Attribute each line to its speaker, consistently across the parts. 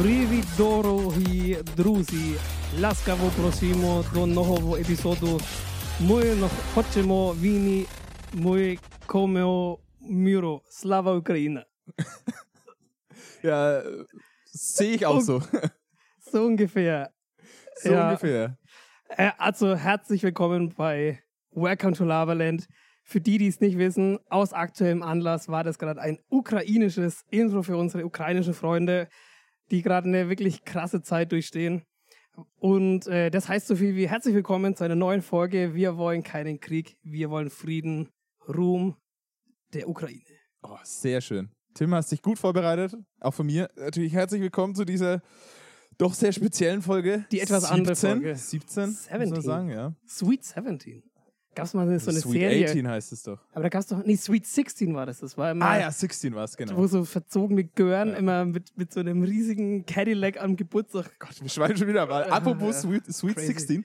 Speaker 1: Привіт, дорогі друзі! Ласкаво просимо до нового епізоду. Ми не хочемо війни, ми комимо миру. Слава Україна!
Speaker 2: Ja, äh, sehe ich auch so.
Speaker 1: So ungefähr.
Speaker 2: So
Speaker 1: Ja.
Speaker 2: ungefähr.
Speaker 1: Äh, Also herzlich willkommen bei Welcome to Lavaland. Für die, die es nicht wissen, aus aktuellem Anlass war das gerade ein ukrainisches Intro für unsere ukrainischen Freunde, die gerade eine wirklich krasse Zeit durchstehen. Und äh, das heißt so viel wie herzlich willkommen zu einer neuen Folge. Wir wollen keinen Krieg, wir wollen Frieden, Ruhm der Ukraine.
Speaker 2: Oh, sehr schön. Tim, hast dich gut vorbereitet. Auch von mir. Natürlich herzlich willkommen zu dieser doch sehr speziellen Folge.
Speaker 1: Die etwas andere Folge.
Speaker 2: 17, muss man
Speaker 1: 17.
Speaker 2: sagen, ja.
Speaker 1: Sweet 17. Gab es mal so eine
Speaker 2: Sweet
Speaker 1: Serie?
Speaker 2: 18 heißt es doch.
Speaker 1: Aber da gab es doch, nee, Sweet 16 war das. Das war immer
Speaker 2: Ah ja, 16 war es, genau.
Speaker 1: wo so verzogene Gören
Speaker 2: Ja.
Speaker 1: immer mit, mit so einem riesigen Cadillac am Geburtstag.
Speaker 2: Gott, wir schweifen schon wieder. Aber
Speaker 1: Ja,
Speaker 2: apropos
Speaker 1: ja.
Speaker 2: Sweet, Sweet
Speaker 1: Crazy.
Speaker 2: 16,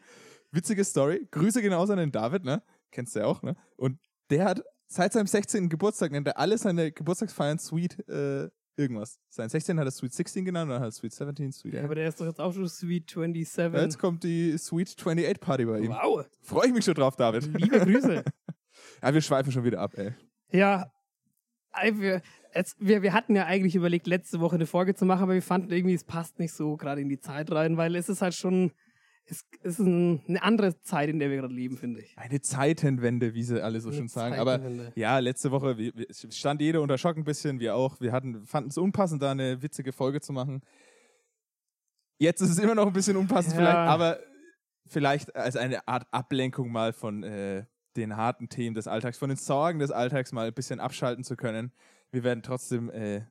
Speaker 2: witzige Story. Grüße genauso an den David, ne? Kennst du ja auch, ne? Und der hat seit seinem 16. Geburtstag, nennt er alle seine Geburtstagsfeiern Sweet äh, irgendwas. Sein 16 hat er Sweet 16 genannt, dann hat er Sweet 17, Sweet 18.
Speaker 1: Aber der ist doch jetzt auch schon Sweet 27.
Speaker 2: Ja, Jetzt kommt die Sweet 28 Party bei ihm.
Speaker 1: wow,
Speaker 2: Freue ich mich schon drauf, David.
Speaker 1: liebe Grüße.
Speaker 2: Ja, wir schweifen schon wieder ab, ey.
Speaker 1: ja, ey, wir, jetzt, wir, wir hatten ja eigentlich überlegt, letzte Woche eine Folge zu machen, aber wir fanden irgendwie, es passt nicht so gerade in die Zeit rein, weil es ist halt schon, es, es ist ein, eine andere Zeit, in der wir gerade leben, finde ich.
Speaker 2: Eine Zeitenwende, wie sie alle so
Speaker 1: Eine
Speaker 2: schon sagen. Aber
Speaker 1: Zeitenwende.
Speaker 2: ja, letzte Woche wir, wir- es stand jeder unter Schock ein bisschen, wir auch. Wir hatten, fanden es unpassend, da eine witzige Folge zu machen. Jetzt ist es immer noch ein bisschen unpassend,
Speaker 1: Ja.
Speaker 2: vielleicht, aber vielleicht als eine Art Ablenkung mal von äh, den harten Themen des Alltags, von den Sorgen des Alltags mal ein bisschen abschalten zu können. Wir werden trotzdem äh,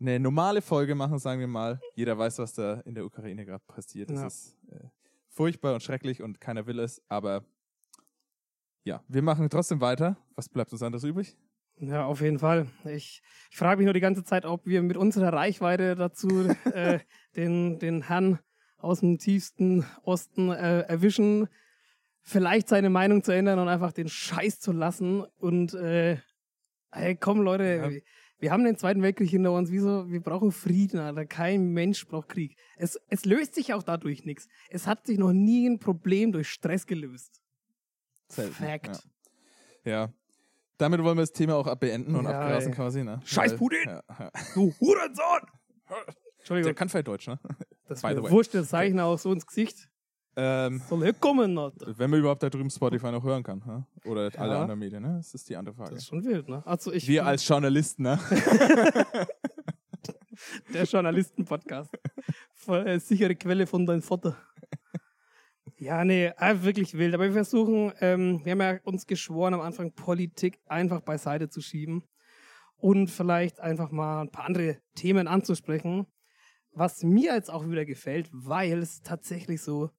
Speaker 2: eine normale Folge machen, sagen wir mal. Jeder weiß, was da in der Ukraine gerade passiert. Es
Speaker 1: Ja.
Speaker 2: ist äh, furchtbar und schrecklich und keiner will es, aber ja, wir machen trotzdem weiter. Was bleibt uns anderes übrig?
Speaker 1: Ja, auf jeden Fall. Ich, ich frage mich nur die ganze Zeit, ob wir mit unserer Reichweite dazu äh, den, den Herrn aus dem tiefsten Osten äh, erwischen, vielleicht seine Meinung zu ändern und einfach den Scheiß zu lassen. Und äh, hey, komm Leute,
Speaker 2: Ja.
Speaker 1: wir, wir haben den Zweiten Weltkrieg hinter uns. Wieso? Wir brauchen Frieden, Alter. Kein Mensch braucht Krieg. Es, es löst sich auch dadurch nichts. Es hat sich noch nie ein Problem durch Stress gelöst.
Speaker 2: Selten,
Speaker 1: Fact.
Speaker 2: Äh, Ja. ja. Damit wollen wir das Thema auch abbeenden und
Speaker 1: Ja,
Speaker 2: abgrasen
Speaker 1: ey.
Speaker 2: quasi, ne?
Speaker 1: Scheiß
Speaker 2: Weil-
Speaker 1: Putin!
Speaker 2: Ja, ja.
Speaker 1: Du Hurensohn!
Speaker 2: Der
Speaker 1: Entschuldigung,
Speaker 2: kann vielleicht Deutsch, ne?
Speaker 1: das
Speaker 2: by the way.
Speaker 1: wurscht das Zeichen auch so ins Gesicht.
Speaker 2: Ähm,
Speaker 1: Soll herkommen, Alter.
Speaker 2: wenn man überhaupt da drüben Spotify noch hören kann, ne? oder alle
Speaker 1: Ja.
Speaker 2: anderen Medien, ne? Das ist die andere Frage.
Speaker 1: Das ist schon wild, ne? Also ich
Speaker 2: wir als Journalisten, ne?
Speaker 1: der Journalisten-Podcast. Voll äh, sichere Quelle von deinem Vater. Ja, nee, ah, wirklich wild. Aber wir versuchen, ähm, wir haben ja uns geschworen, am Anfang Politik einfach beiseite zu schieben und vielleicht einfach mal ein paar andere Themen anzusprechen. Was mir jetzt auch wieder gefällt, weil es tatsächlich so,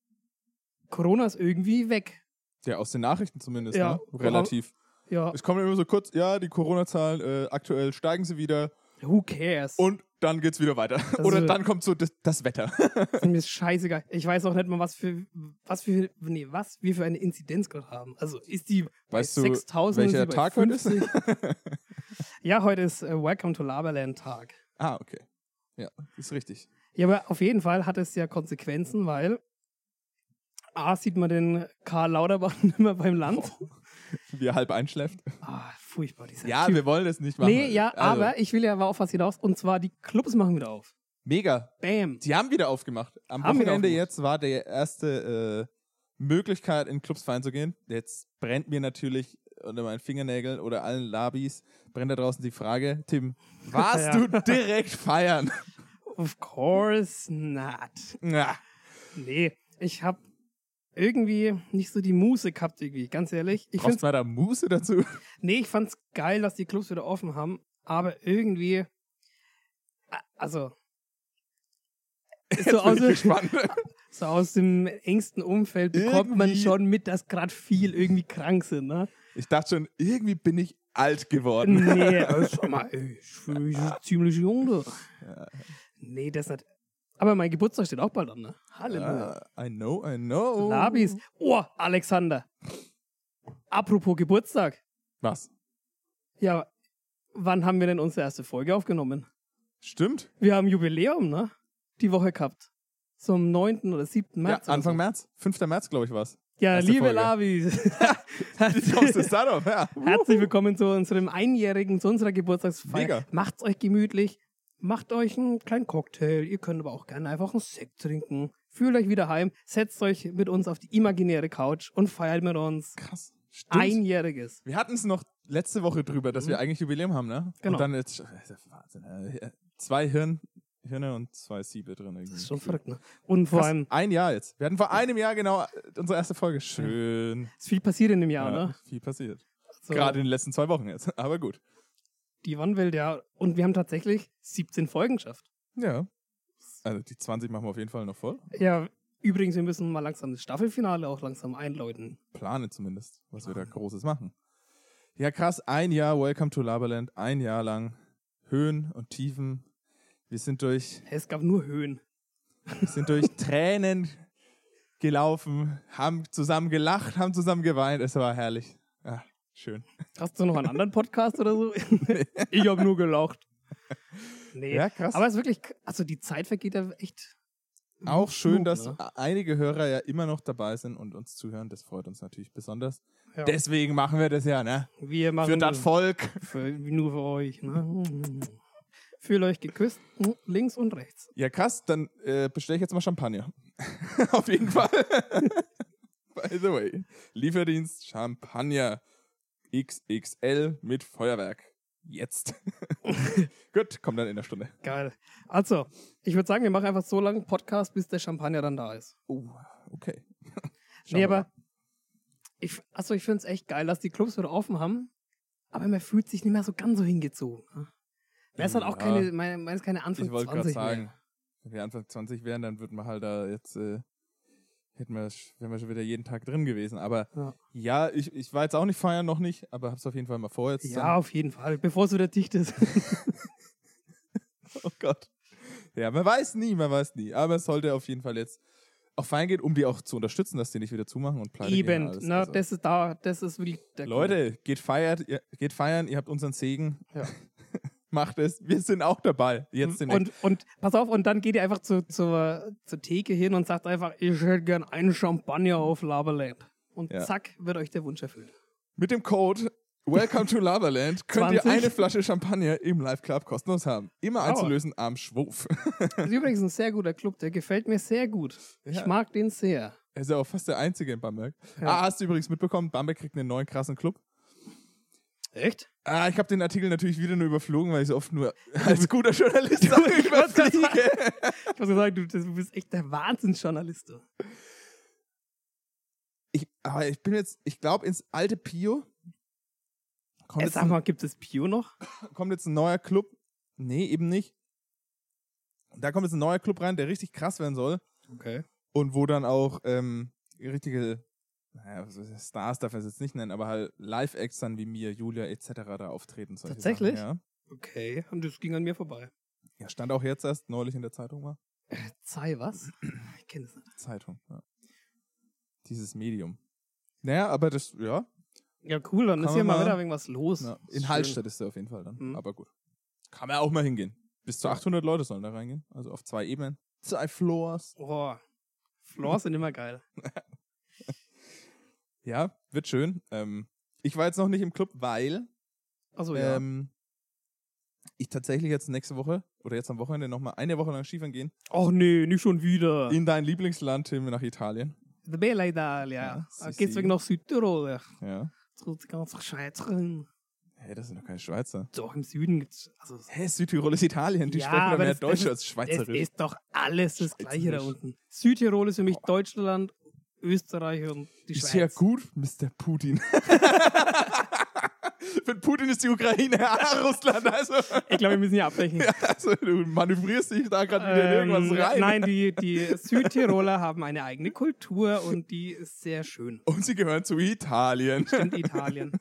Speaker 1: Corona ist irgendwie weg.
Speaker 2: ja, aus den Nachrichten zumindest,
Speaker 1: Ja.
Speaker 2: ne? Relativ.
Speaker 1: Ja,
Speaker 2: Es kommen immer so kurz, ja, die Corona-Zahlen, äh, aktuell steigen sie wieder
Speaker 1: who cares?
Speaker 2: und dann geht's wieder weiter. oder
Speaker 1: ist-
Speaker 2: dann kommt so das, das Wetter.
Speaker 1: Ist mir scheißegal. Ich weiß auch nicht mal, was für, was für, nee, was wir für eine Inzidenz gerade haben. Also ist die bei
Speaker 2: Weißt du,
Speaker 1: 6000 ist
Speaker 2: welcher
Speaker 1: die bei
Speaker 2: Tag heute ist?
Speaker 1: 50? ja, heute ist äh, Welcome to Laberland Tag.
Speaker 2: ah, okay. Ja, ist richtig.
Speaker 1: Ja, aber auf jeden Fall hat es ja Konsequenzen, weil A, sieht man den Karl Lauterbach nicht mehr beim Land.
Speaker 2: Wie er halb einschläft.
Speaker 1: Ah, furchtbar, dieser
Speaker 2: Oh. Ja,
Speaker 1: Typ.
Speaker 2: wir wollen das nicht machen.
Speaker 1: Nee, ja,
Speaker 2: Also,
Speaker 1: aber ich will ja aber auf was hinaus. Und zwar, die Clubs machen wieder auf.
Speaker 2: Mega.
Speaker 1: Bam.
Speaker 2: Die haben wieder aufgemacht. Am
Speaker 1: Haben wieder
Speaker 2: Wochenende
Speaker 1: aufgemacht.
Speaker 2: jetzt war der erste äh, Möglichkeit, in Clubs feiern zu gehen. Jetzt brennt mir natürlich unter meinen Fingernägeln oder allen Labis, brennt da draußen die Frage, Tim, warst
Speaker 1: Ja.
Speaker 2: du direkt feiern?
Speaker 1: Of course not.
Speaker 2: Ja.
Speaker 1: Nee, ich habe irgendwie nicht so die Muße gehabt, irgendwie, ganz ehrlich. Ich
Speaker 2: Brauchst
Speaker 1: find's,
Speaker 2: du mal da Muße dazu?
Speaker 1: nee, ich fand's geil, dass die Clubs wieder offen haben, aber irgendwie. a- Also. Ist so,
Speaker 2: Bin
Speaker 1: aus,
Speaker 2: ich gespannt.
Speaker 1: so aus dem engsten Umfeld bekommt man
Speaker 2: Irgendwie-
Speaker 1: schon mit, dass gerade viel irgendwie krank sind, ne?
Speaker 2: Ich dachte schon, irgendwie bin ich alt geworden.
Speaker 1: Nee, also schau mal, ey, ich fühle mich ziemlich jung, du. Nee, das nicht. Aber mein Geburtstag steht auch bald an, ne? Halleluja.
Speaker 2: Ah, I know, I know.
Speaker 1: Labis. Oh, Alexander. Apropos Geburtstag.
Speaker 2: Was?
Speaker 1: Ja, wann haben wir denn unsere erste Folge aufgenommen?
Speaker 2: Stimmt.
Speaker 1: Wir haben Jubiläum, ne? Die Woche gehabt. Zum 9. oder 7. März.
Speaker 2: ja,
Speaker 1: oder
Speaker 2: Anfang
Speaker 1: so.
Speaker 2: März. 5. März, glaube ich, war es.
Speaker 1: Ja,
Speaker 2: erste
Speaker 1: liebe
Speaker 2: Folge.
Speaker 1: Lavis.
Speaker 2: Kommst du darauf, ja.
Speaker 1: Herzlich willkommen zu unserem Einjährigen, zu unserer Geburtstagsfeier.
Speaker 2: Mega.
Speaker 1: Macht's euch gemütlich, macht euch einen kleinen Cocktail. Ihr könnt aber auch gerne einfach einen Sekt trinken. Fühlt euch wieder heim, setzt euch mit uns auf die imaginäre Couch und feiert mit uns.
Speaker 2: Krass. Stimmt.
Speaker 1: Einjähriges.
Speaker 2: Wir hatten es noch letzte Woche drüber, dass wir eigentlich Jubiläum haben, ne?
Speaker 1: Mhm. Genau.
Speaker 2: Und dann jetzt. Das ist Wahnsinn. äh, Zwei Hirn, Hirne und zwei Siebe drin. Irgendwie.
Speaker 1: Das ist schon verrückt, ne? Und vor
Speaker 2: Krass,
Speaker 1: allem,
Speaker 2: Ein Jahr jetzt. Wir hatten vor einem Jahr genau äh, unsere erste Folge. Schön.
Speaker 1: es ist viel passiert in dem Jahr, ne?
Speaker 2: Viel passiert.
Speaker 1: So,
Speaker 2: Gerade in den letzten zwei Wochen jetzt. Aber gut.
Speaker 1: Die Wannwelt, ja. Und wir haben tatsächlich 17 Folgen geschafft.
Speaker 2: Ja. Also die 20 machen wir auf jeden Fall noch voll.
Speaker 1: Ja, übrigens, wir müssen mal langsam das Staffelfinale auch langsam einläuten.
Speaker 2: Plane zumindest, was wir da Großes machen. Ja, krass. Ein Jahr Welcome to Laberland. Ein Jahr lang Höhen und Tiefen. Wir sind durch
Speaker 1: Es gab nur Höhen.
Speaker 2: Wir sind durch Tränen gelaufen, haben zusammen gelacht, haben zusammen geweint. Es war herrlich. Ah, schön.
Speaker 1: Hast du noch einen anderen Podcast oder so? ich habe nur gelacht. Nee.
Speaker 2: Ja, krass.
Speaker 1: Aber es ist wirklich, also die Zeit vergeht ja echt.
Speaker 2: Auch schön,
Speaker 1: Flug,
Speaker 2: dass
Speaker 1: ne?
Speaker 2: einige Hörer ja immer noch dabei sind und uns zuhören. Das freut uns natürlich besonders.
Speaker 1: Ja.
Speaker 2: Deswegen machen wir das ja, ne?
Speaker 1: wir machen
Speaker 2: Für das Volk.
Speaker 1: für, nur für euch. Ne? Fühlt euch geküsst, hm, links und rechts.
Speaker 2: Ja, krass, dann äh, bestelle ich jetzt mal Champagner. Auf jeden Fall. By the way, Lieferdienst Champagner XXL mit Feuerwerk. Jetzt. Gut, kommt dann in der Stunde.
Speaker 1: Geil. Also, ich würde sagen, wir machen einfach so lange einen Podcast, bis der Champagner dann da ist.
Speaker 2: Oh, okay.
Speaker 1: nee, aber ich, also ich finde es echt geil, dass die Clubs wieder offen haben, aber man fühlt sich nicht mehr so ganz so hingezogen. ne? Man ist halt auch
Speaker 2: Ja.
Speaker 1: keine, man, man ist keine Anfang
Speaker 2: ich wollte
Speaker 1: 20
Speaker 2: gerade
Speaker 1: mehr.
Speaker 2: sagen, wenn wir Anfang 20 wären, dann würden wir halt da jetzt, äh, hätten wir, sch- wären wir schon wieder jeden Tag drin gewesen. Aber
Speaker 1: Ja.
Speaker 2: ja, ich, ich war jetzt auch nicht feiern, noch nicht, aber hab's auf jeden Fall mal vor jetzt.
Speaker 1: Ja, auf jeden Fall, bevor es wieder dicht ist.
Speaker 2: Dann. Oh Gott. Ja, man weiß nie, man weiß nie. Aber es sollte auf jeden Fall jetzt auch feiern gehen, um die auch zu unterstützen, dass die nicht wieder zumachen und pleite gehen.
Speaker 1: Eben,
Speaker 2: und alles.
Speaker 1: ne,
Speaker 2: Also,
Speaker 1: das ist da, das ist wirklich der Grund.
Speaker 2: Leute, geht feiert, ihr, geht feiern, ihr habt unseren Segen.
Speaker 1: Ja. Mhm.
Speaker 2: Macht es, wir sind auch dabei. Jetzt demnächst.
Speaker 1: Und, und pass auf, und dann geht ihr einfach zu, zur, zur Theke hin und sagt einfach, ich hätte gern einen Champagner auf Laberland. Und
Speaker 2: Ja.
Speaker 1: zack, wird euch der Wunsch erfüllt.
Speaker 2: Mit dem Code Welcome to Lavaland könnt ihr
Speaker 1: 20.
Speaker 2: eine Flasche Champagner im Live Club kostenlos haben. Immer
Speaker 1: Wow.
Speaker 2: einzulösen am Schwurf.
Speaker 1: Das ist übrigens ein sehr guter Club, der gefällt mir sehr gut.
Speaker 2: Ja.
Speaker 1: Ich mag den sehr.
Speaker 2: Er ist ja auch fast der Einzige in Bamberg.
Speaker 1: Ja.
Speaker 2: Ah, hast du übrigens mitbekommen, Bamberg kriegt einen neuen krassen Club.
Speaker 1: Echt?
Speaker 2: Ah, ich habe den Artikel natürlich wieder nur überflogen, weil ich so oft nur als guter Journalist Sachen
Speaker 1: wollt's grad
Speaker 2: überfliege.
Speaker 1: Ich muss sagen, du, du bist echt der Wahnsinnsjournalist. du.
Speaker 2: Ich, aber ich bin jetzt, ich glaube, ins alte Pio kommt
Speaker 1: Äh,
Speaker 2: jetzt,
Speaker 1: sag mal, gibt es Pio noch?
Speaker 2: ein, kommt jetzt ein neuer Club. Nee, eben nicht. Da kommt jetzt ein neuer Club rein, der richtig krass werden soll.
Speaker 1: Okay.
Speaker 2: und wo dann auch ähm, richtige naja, was weiß ich, Stars darf man es jetzt nicht nennen, aber halt Live-Acts dann wie mir, Julia etc. da auftreten. solche
Speaker 1: Tatsächlich?
Speaker 2: Sachen,
Speaker 1: Okay, und das ging an mir vorbei.
Speaker 2: ja. ja, stand auch jetzt erst neulich in der Zeitung mal.
Speaker 1: Zei was? Ich kenne es nicht.
Speaker 2: Zeitung, ja. Dieses Medium. Naja, aber das, ja.
Speaker 1: Ja, cool, dann
Speaker 2: Kann
Speaker 1: ist hier mal
Speaker 2: man mal-
Speaker 1: wieder irgendwas los.
Speaker 2: Na, in
Speaker 1: Schön.
Speaker 2: Hallstatt ist der auf jeden Fall dann.
Speaker 1: Mhm.
Speaker 2: Aber gut. Kann man auch mal hingehen. Bis zu 800 Leute sollen da reingehen. Also auf zwei Ebenen. Zwei Floors.
Speaker 1: Oh, Floors sind immer geil.
Speaker 2: Ja, wird schön. Ähm, ich war jetzt noch nicht im Club, weil
Speaker 1: Also ja.
Speaker 2: ähm, ich tatsächlich jetzt nächste Woche oder jetzt am Wochenende nochmal eine Woche lang Skifahren gehen.
Speaker 1: Ach nee, nicht schon wieder.
Speaker 2: In dein Lieblingsland, Tim, nach Italien.
Speaker 1: The Bella Italia.
Speaker 2: Ja,
Speaker 1: Ja, Ah,
Speaker 2: sie-
Speaker 1: Geht's
Speaker 2: sie-
Speaker 1: weg nach Südtirol. ja.
Speaker 2: Ja.
Speaker 1: So die ganze Schweiz rein.
Speaker 2: Hey, das sind doch keine Schweizer.
Speaker 1: Doch, im Süden gibt's. Also, es-
Speaker 2: Hä, Südtirol ist Italien. Die
Speaker 1: Ja,
Speaker 2: sprechen da
Speaker 1: aber
Speaker 2: mehr
Speaker 1: das-
Speaker 2: Deutsch
Speaker 1: das
Speaker 2: als
Speaker 1: es
Speaker 2: Schweizerisch.
Speaker 1: ist doch alles das Gleiche da
Speaker 2: Schweizerisch.
Speaker 1: unten. Südtirol ist für mich
Speaker 2: Boah.
Speaker 1: Deutschland, Österreich und die
Speaker 2: ist ja
Speaker 1: Schweiz.
Speaker 2: gut, Mr. Putin. Für Putin ist die Ukraine Russland. Also,
Speaker 1: Ich glaube, wir müssen hier abbrechen.
Speaker 2: also du manövrierst dich da gerade wieder in
Speaker 1: Ähm,
Speaker 2: irgendwas rein.
Speaker 1: Nein, die, die Südtiroler haben eine eigene Kultur und die ist sehr schön.
Speaker 2: Und sie gehören zu Italien.
Speaker 1: Stimmt Italien.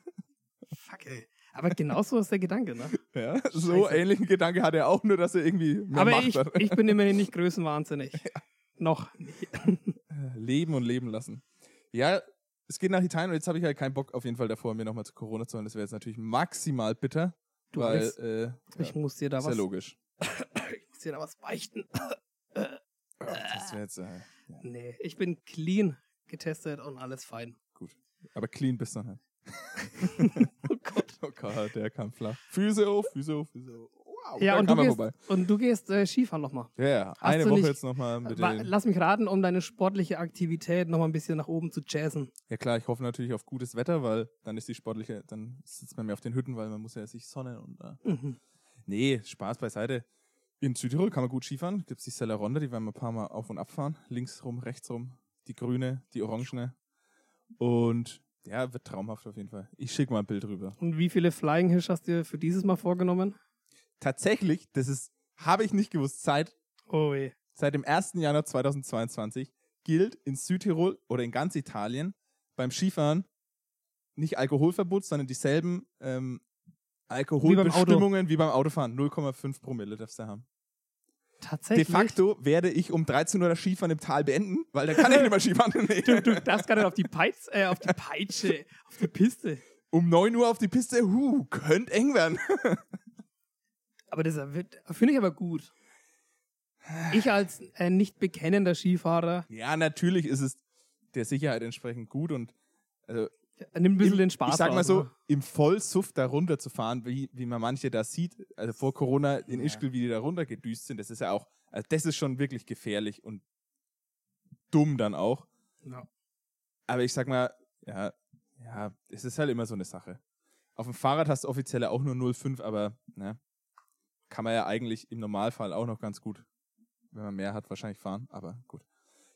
Speaker 1: Fuck, ey. Aber genauso ist der Gedanke, ne?
Speaker 2: Ja, so
Speaker 1: Scheiße.
Speaker 2: ähnlichen Gedanke hat er auch, nur dass er irgendwie mehr
Speaker 1: Aber
Speaker 2: Macht
Speaker 1: ich,
Speaker 2: hat.
Speaker 1: ich bin immerhin nicht größenwahnsinnig. Noch.
Speaker 2: Leben und leben lassen. Ja, es geht nach Italien und jetzt habe ich halt keinen Bock auf jeden Fall davor, mir nochmal zu Corona zu hören. Das wäre jetzt natürlich maximal bitter,
Speaker 1: Du
Speaker 2: weil
Speaker 1: Alex,
Speaker 2: äh, ja,
Speaker 1: Ich muss dir da
Speaker 2: ist ja
Speaker 1: was
Speaker 2: logisch.
Speaker 1: bisschen was beichten.
Speaker 2: Oh,
Speaker 1: Ah.
Speaker 2: das wär jetzt, äh,
Speaker 1: Nee, ich bin clean getestet und alles fein.
Speaker 2: aber clean bist du noch nicht.
Speaker 1: Oh Gott.
Speaker 2: Oh Gott, der kam flach. Füße hoch, Füße hoch, Füße hoch. Wow,
Speaker 1: Ja,
Speaker 2: da
Speaker 1: und du,
Speaker 2: kam er
Speaker 1: gehst,
Speaker 2: vorbei.
Speaker 1: und du gehst äh, Skifahren nochmal.
Speaker 2: Ja, ja. Eine
Speaker 1: du
Speaker 2: Woche
Speaker 1: nicht-
Speaker 2: jetzt nochmal mit
Speaker 1: Wa-
Speaker 2: den.
Speaker 1: Lass mich raten, um deine sportliche Aktivität nochmal ein bisschen nach oben zu jazzen.
Speaker 2: Ja klar, ich hoffe natürlich auf gutes Wetter, weil dann ist die sportliche, dann sitzt man mehr auf den Hütten, weil man muss ja sich sonnen und äh,
Speaker 1: Mhm.
Speaker 2: Nee, Spaß beiseite. In Südtirol kann man gut Skifahren. Gibt es die Selleronde, die werden wir ein paar Mal auf und ab fahren. Links rum, rechts rum. Die grüne, die orangene. Und ja, wird traumhaft auf jeden Fall. Ich schicke mal ein Bild rüber.
Speaker 1: Und wie viele Flying Hish hast du dir für dieses Mal vorgenommen?
Speaker 2: Tatsächlich, das ist, habe ich nicht gewusst, seit,
Speaker 1: Oh weh.
Speaker 2: seit dem 1. Januar 2022 gilt in Südtirol oder in ganz Italien beim Skifahren nicht Alkoholverbot, sondern dieselben ähm, Alkoholbestimmungen wie beim Autofahren. 0,5 Promille darfst du haben. De
Speaker 1: Tatsächlich.
Speaker 2: facto werde ich um 13 Uhr das Skifahren im Tal beenden, weil da kann ich nicht mehr Skifahren.
Speaker 1: Du,
Speaker 2: Nee.
Speaker 1: du darfst gar nicht auf die, Peiz, äh, auf die Peitsche, auf die Piste.
Speaker 2: Um 9 Uhr auf die Piste, huh, könnte eng werden.
Speaker 1: Aber das wird- finde ich aber gut. Ich als äh, nicht bekennender Skifahrer
Speaker 2: Ja, natürlich ist es der Sicherheit entsprechend gut und also,
Speaker 1: äh, nimmt ein bisschen
Speaker 2: im,
Speaker 1: den Spaß
Speaker 2: Ich sag mal
Speaker 1: raus,
Speaker 2: so,
Speaker 1: ne?
Speaker 2: im Vollsuff da runterzufahren, wie, wie man manche da sieht, also vor Corona in
Speaker 1: Ja.
Speaker 2: Ischgl, wie die da runtergedüst sind, das ist ja auch, also das ist schon wirklich gefährlich und dumm dann auch.
Speaker 1: Ja.
Speaker 2: Aber ich sag mal, ja, ja, es ist halt immer so eine Sache. Auf dem Fahrrad hast du offiziell ja auch nur 0,5, aber ne, kann man ja eigentlich im Normalfall auch noch ganz gut, wenn man mehr hat, wahrscheinlich fahren, aber gut.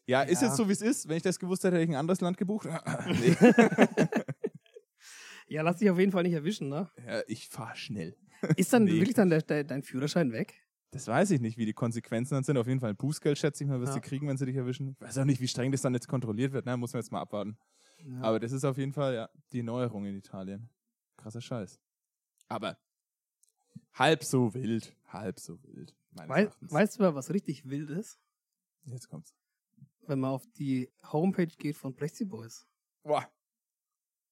Speaker 2: Ja, ist
Speaker 1: Ja.
Speaker 2: jetzt so, wie es ist. Wenn ich das gewusst hätte, hätte ich ein anderes Land gebucht. nee.
Speaker 1: ja, lass dich auf jeden Fall nicht erwischen, ne?
Speaker 2: ja, ich fahre schnell.
Speaker 1: Ist dann
Speaker 2: Nee.
Speaker 1: wirklich dann der, der, dein Führerschein weg?
Speaker 2: Das weiß ich nicht, wie die Konsequenzen dann sind. Auf jeden Fall ein Bußgeld, schätze ich mal, was
Speaker 1: Ja.
Speaker 2: die kriegen, wenn sie dich erwischen. Ich weiß auch nicht, wie streng das dann jetzt kontrolliert wird. Na, muss man jetzt mal abwarten.
Speaker 1: Ja.
Speaker 2: Aber das ist auf jeden Fall ja, die Neuerung in Italien. Krasser Scheiß. Aber halb so wild. Halb so wild. meines
Speaker 1: Wei
Speaker 2: Erachtens.
Speaker 1: weißt du, mal, was richtig wild ist?
Speaker 2: Jetzt kommt's.
Speaker 1: Wenn man auf die Homepage geht von Plexi Boys.
Speaker 2: Boah.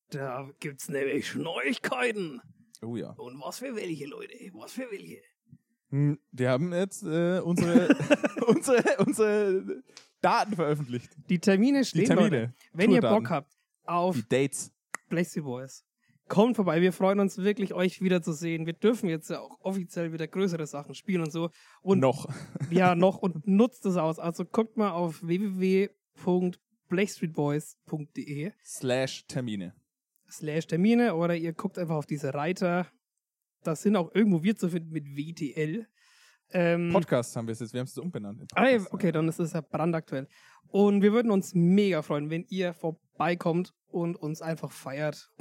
Speaker 1: Da gibt's nämlich Neuigkeiten.
Speaker 2: Oh ja.
Speaker 1: Und was für welche, Leute? Was für welche?
Speaker 2: Hm, Wir haben jetzt äh, unsere, unsere, unsere Daten veröffentlicht.
Speaker 1: Die Termine
Speaker 2: Die
Speaker 1: stehen, Leute.
Speaker 2: Termine.
Speaker 1: Wenn ihr
Speaker 2: Tourdaten.
Speaker 1: Bock habt auf
Speaker 2: Die Dates.
Speaker 1: Plexi Boys, kommt vorbei. Wir freuen uns wirklich, euch wiederzusehen. Wir dürfen jetzt ja auch offiziell wieder größere Sachen spielen und so. Und
Speaker 2: Noch.
Speaker 1: ja, noch und nutzt es aus. Also guckt mal auf www.blackstreetboys.de
Speaker 2: Slash Termine.
Speaker 1: slash Termine oder ihr guckt einfach auf diese Reiter. Das sind auch irgendwo wir zu finden mit WTL. Ähm,
Speaker 2: Podcast haben wir es jetzt. Wir haben es jetzt umbenannt. in
Speaker 1: Ah, ja,
Speaker 2: Podcast.
Speaker 1: okay, dann ist es ja brandaktuell. Und wir würden uns mega freuen, wenn ihr vorbeikommt und uns einfach feiert.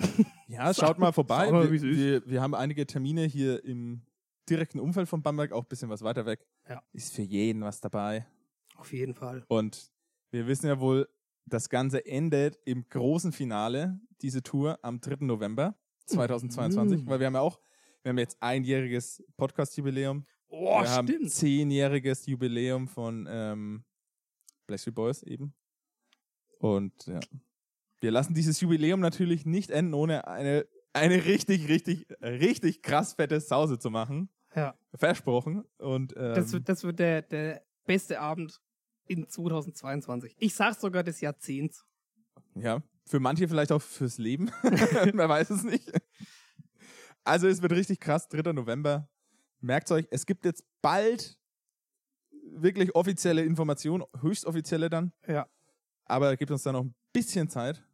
Speaker 2: Ja, schaut mal vorbei.
Speaker 1: Sag mal,
Speaker 2: wir,
Speaker 1: wie's ist.
Speaker 2: wir, wir haben einige Termine hier im direkten Umfeld von Bamberg, auch ein bisschen was weiter weg.
Speaker 1: Ja.
Speaker 2: Ist für jeden was dabei.
Speaker 1: Auf jeden Fall.
Speaker 2: Und wir wissen ja wohl, das Ganze endet im großen Finale, diese Tour, am 3. November 2022,
Speaker 1: Mhm.
Speaker 2: weil wir haben ja auch, wir haben jetzt einjähriges Podcast-Jubiläum.
Speaker 1: Oh,
Speaker 2: wir haben
Speaker 1: stimmt.
Speaker 2: zehnjähriges Jubiläum von ähm, Blackstreet Boys eben. Und ja. Wir lassen dieses Jubiläum natürlich nicht enden, ohne eine, eine richtig, richtig, richtig krass fette Sause zu machen.
Speaker 1: Ja.
Speaker 2: Versprochen. Und ähm,
Speaker 1: Das wird, das wird der, der beste Abend in 2022. Ich sag sogar des Jahrzehnts.
Speaker 2: Ja, für manche vielleicht auch fürs Leben. Man weiß es nicht. Also es wird richtig krass, 3. November. Merkt euch, es gibt jetzt bald wirklich offizielle Informationen, höchstoffizielle dann.
Speaker 1: Ja.
Speaker 2: Aber gibt uns dann noch ein bisschen Zeit.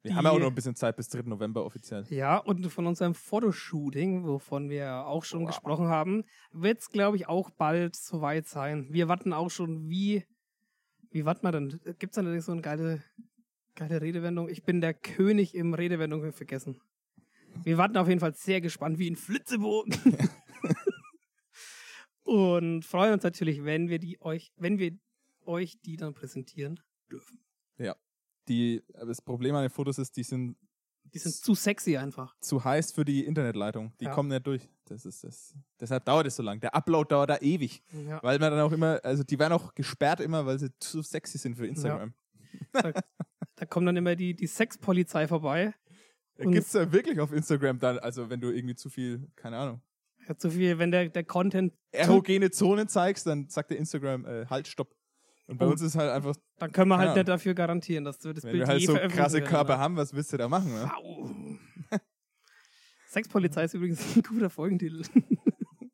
Speaker 2: Wir
Speaker 1: Die-
Speaker 2: haben ja auch noch ein bisschen Zeit bis 3. November offiziell.
Speaker 1: Ja, und von unserem Fotoshooting, wovon wir ja auch schon
Speaker 2: Wow.
Speaker 1: gesprochen haben, wird es, glaube ich, auch bald soweit sein. Wir warten auch schon, wie. Wie warten wir denn? Gibt es da nicht so eine geile, geile Redewendung? Ich bin der König im Redewendung vergessen. Wir warten auf jeden Fall sehr gespannt, wie in Flitzebogen. und freuen uns natürlich, wenn wir die euch, wenn wir euch die dann präsentieren.
Speaker 2: Die, aber das Problem an den Fotos ist, die sind
Speaker 1: Die sind zu sexy einfach.
Speaker 2: zu heiß für die Internetleitung. Die
Speaker 1: Ja.
Speaker 2: kommen nicht durch. Das ist das. Deshalb dauert es so lang. Der Upload dauert da ewig.
Speaker 1: Ja.
Speaker 2: Weil man dann auch immer, also die werden auch gesperrt immer, weil sie zu sexy sind für Instagram.
Speaker 1: Da kommt dann immer die, die Sexpolizei vorbei.
Speaker 2: Gibt's da wirklich auf Instagram dann, also wenn du irgendwie zu viel, keine Ahnung,
Speaker 1: Ja, zu viel, wenn der, der Content,
Speaker 2: erogene Zonen zeigst, dann sagt der Instagram, äh, halt, stopp. Und bei
Speaker 1: Oh.
Speaker 2: uns ist halt einfach,
Speaker 1: dann können wir halt
Speaker 2: Ja.
Speaker 1: nicht dafür garantieren, dass wir das
Speaker 2: wenn
Speaker 1: Bild
Speaker 2: wir halt
Speaker 1: je
Speaker 2: so
Speaker 1: veröffentlichen
Speaker 2: krasse
Speaker 1: werden,
Speaker 2: Körper
Speaker 1: aber-
Speaker 2: haben, was willst du da machen? Ne?
Speaker 1: Au. Sexpolizei ist übrigens ein guter Folgentitel.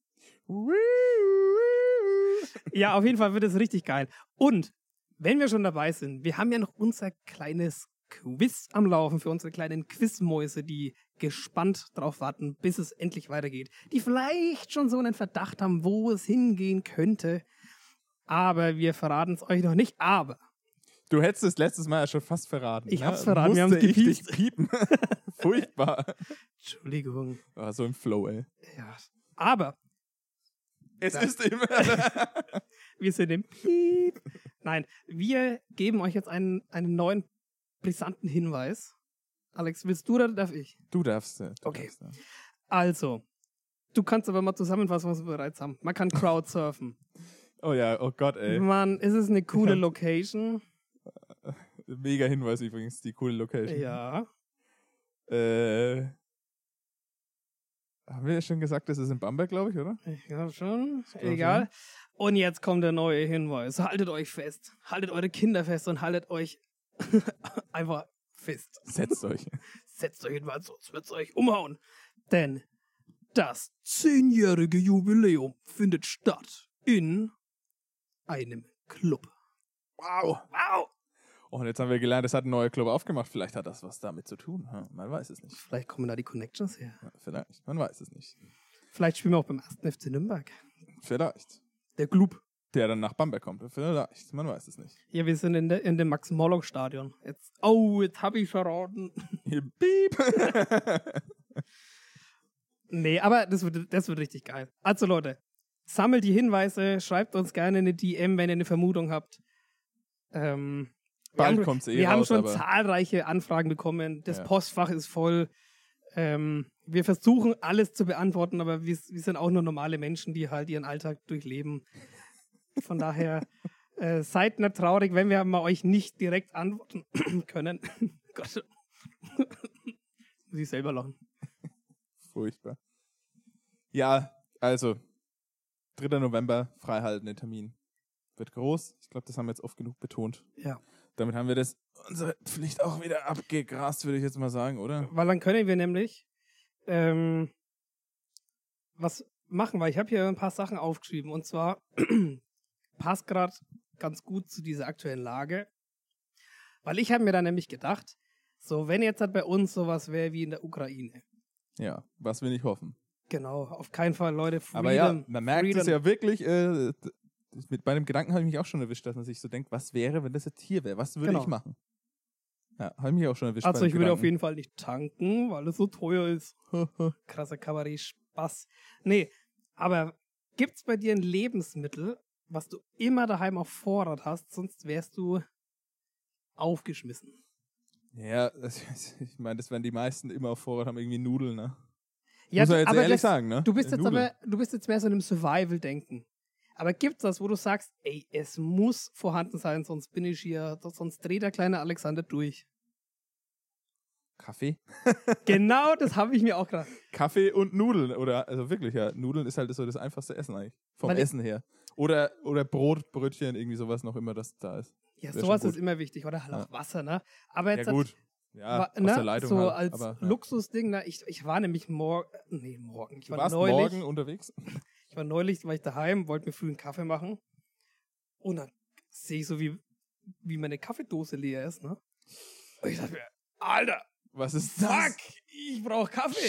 Speaker 1: Ja, auf jeden Fall wird es richtig geil. Und wenn wir schon dabei sind, wir haben ja noch unser kleines Quiz am Laufen für unsere kleinen Quizmäuse, die gespannt drauf warten, bis es endlich weitergeht. Die vielleicht schon so einen Verdacht haben, wo es hingehen könnte. Aber wir verraten es euch noch nicht. Aber
Speaker 2: Du hättest es letztes Mal ja schon fast verraten.
Speaker 1: Ich
Speaker 2: ne?
Speaker 1: hab's verraten, wir
Speaker 2: Musste
Speaker 1: haben's
Speaker 2: ich dich piepen. Furchtbar.
Speaker 1: Entschuldigung.
Speaker 2: War so im Flow, ey.
Speaker 1: Ja. Aber
Speaker 2: Es
Speaker 1: Da-
Speaker 2: ist immer.
Speaker 1: wir sind im Piep. Nein, wir geben euch jetzt einen, einen neuen brisanten Hinweis. Alex, willst du oder darf ich?
Speaker 2: du darfst. äh, Du
Speaker 1: Okay.
Speaker 2: Darfst, äh.
Speaker 1: Also, du kannst aber mal zusammenfassen, was wir bereits haben. Man kann Crowdsurfen.
Speaker 2: Oh ja, oh Gott, ey.
Speaker 1: Man, ist es eine coole
Speaker 2: Ja.
Speaker 1: Location?
Speaker 2: Mega Hinweis übrigens, die coole Location.
Speaker 1: Ja.
Speaker 2: Äh, haben wir ja schon gesagt, das ist in Bamberg, glaube ich, oder?
Speaker 1: Ich glaube schon.
Speaker 2: glaub
Speaker 1: Egal. Und jetzt kommt der neue Hinweis. Haltet euch fest. Haltet eure Kinder fest und haltet euch einfach fest.
Speaker 2: Setzt euch.
Speaker 1: Setzt euch hinweis, sonst wird's euch umhauen. Denn das zehnjährige Jubiläum findet statt in einem Club.
Speaker 2: Wow. Oh,
Speaker 1: Wow!
Speaker 2: Und jetzt haben wir gelernt, es hat ein neuer Club aufgemacht. Vielleicht hat das was damit zu tun. Hm, man weiß es nicht.
Speaker 1: Vielleicht kommen da die Connections her.
Speaker 2: Ja, Vielleicht. Man weiß es nicht.
Speaker 1: Vielleicht spielen wir auch beim 1. FC Nürnberg.
Speaker 2: Vielleicht.
Speaker 1: Der Club.
Speaker 2: Der dann nach Bamberg kommt. Vielleicht. Man weiß es nicht.
Speaker 1: Ja, wir sind in, der, in dem Max-Morlock-Stadion. Jetzt, oh, jetzt habe ich verraten.
Speaker 2: Piep.
Speaker 1: Nee, aber das wird, das wird richtig geil. Also Leute, sammelt die Hinweise, schreibt uns gerne eine DM, wenn ihr eine Vermutung habt. Ähm, wir
Speaker 2: Bald
Speaker 1: haben-
Speaker 2: kommt's eh
Speaker 1: Wir haben
Speaker 2: raus,
Speaker 1: schon
Speaker 2: aber-
Speaker 1: zahlreiche Anfragen bekommen. Das
Speaker 2: Ja.
Speaker 1: Postfach ist voll. Ähm, wir versuchen alles zu beantworten, aber wir, wir sind auch nur normale Menschen, die halt ihren Alltag durchleben. Von daher äh, seid nicht traurig, wenn wir mal euch nicht direkt antworten können. Gott. Muss ich selber lachen.
Speaker 2: Furchtbar. Ja, also. 3. November, freihaltende Termin. Wird groß. Ich glaube, das haben wir jetzt oft genug betont.
Speaker 1: Ja.
Speaker 2: Damit haben wir das, unsere Pflicht auch wieder abgegrast, würde ich jetzt mal sagen, oder?
Speaker 1: Weil dann können wir nämlich ähm, was machen, weil ich habe hier ein paar Sachen aufgeschrieben. Und zwar passt gerade ganz gut zu dieser aktuellen Lage. Weil ich habe mir da nämlich gedacht, so wenn jetzt halt bei uns sowas wäre wie in der Ukraine.
Speaker 2: Ja, was wir nicht hoffen.
Speaker 1: Genau, auf keinen Fall, Leute. Freedom,
Speaker 2: Aber ja, man merkt es
Speaker 1: Freedom.
Speaker 2: ja wirklich. Äh, d- mit, bei dem Gedanken habe ich mich auch schon erwischt, dass man sich so denkt, was wäre, wenn das jetzt hier wäre? Was würde
Speaker 1: Genau.
Speaker 2: ich machen? Ja, habe ich mich auch schon erwischt.
Speaker 1: Also
Speaker 2: bei
Speaker 1: ich
Speaker 2: dem
Speaker 1: würde auf
Speaker 2: Gedanken.
Speaker 1: jeden Fall nicht tanken, weil es so teuer ist. Krasser Kabarett, Spaß. Nee, aber gibt's bei dir ein Lebensmittel, was du immer daheim auf Vorrat hast, sonst wärst du aufgeschmissen.
Speaker 2: Ja, das, ich meine, das werden die meisten immer auf Vorrat haben, irgendwie Nudeln, ne?
Speaker 1: Ja,
Speaker 2: Muss
Speaker 1: du-
Speaker 2: man jetzt
Speaker 1: aber
Speaker 2: ehrlich
Speaker 1: das,
Speaker 2: sagen, ne?
Speaker 1: Du bist, jetzt
Speaker 2: Nudeln.
Speaker 1: aber, du bist jetzt mehr so in einem Survival-Denken. Aber gibt's das, wo du sagst, ey, es muss vorhanden sein, sonst bin ich hier, sonst dreht der kleine Alexander durch.
Speaker 2: Kaffee?
Speaker 1: genau das habe ich mir auch gedacht.
Speaker 2: Kaffee und Nudeln, oder? Also wirklich, ja. Nudeln ist halt so das einfachste Essen eigentlich. Vom
Speaker 1: Weil ich-
Speaker 2: Essen her. Oder, oder Brot, Brötchen, irgendwie sowas noch immer, das da ist.
Speaker 1: Ja,
Speaker 2: Wär schon
Speaker 1: sowas
Speaker 2: gut.
Speaker 1: ist immer wichtig, oder? Halt auch
Speaker 2: Ja.
Speaker 1: Wasser, ne? Aber jetzt
Speaker 2: ja, gut. Ja,
Speaker 1: Wa-
Speaker 2: aus
Speaker 1: ne?
Speaker 2: der Leitung.
Speaker 1: so als
Speaker 2: halt, aber, ja.
Speaker 1: Luxusding. Ne? Ich, ich war nämlich morgen, nee, morgen. Ich
Speaker 2: Du
Speaker 1: war
Speaker 2: warst
Speaker 1: neulich,
Speaker 2: morgen unterwegs?
Speaker 1: ich war neulich, war ich daheim, wollte mir früh einen Kaffee machen. Und dann sehe ich so, wie, wie meine Kaffeedose leer ist, ne? Und ich dachte mir, Alter,
Speaker 2: Was ist das?
Speaker 1: fuck, ich brauche Kaffee.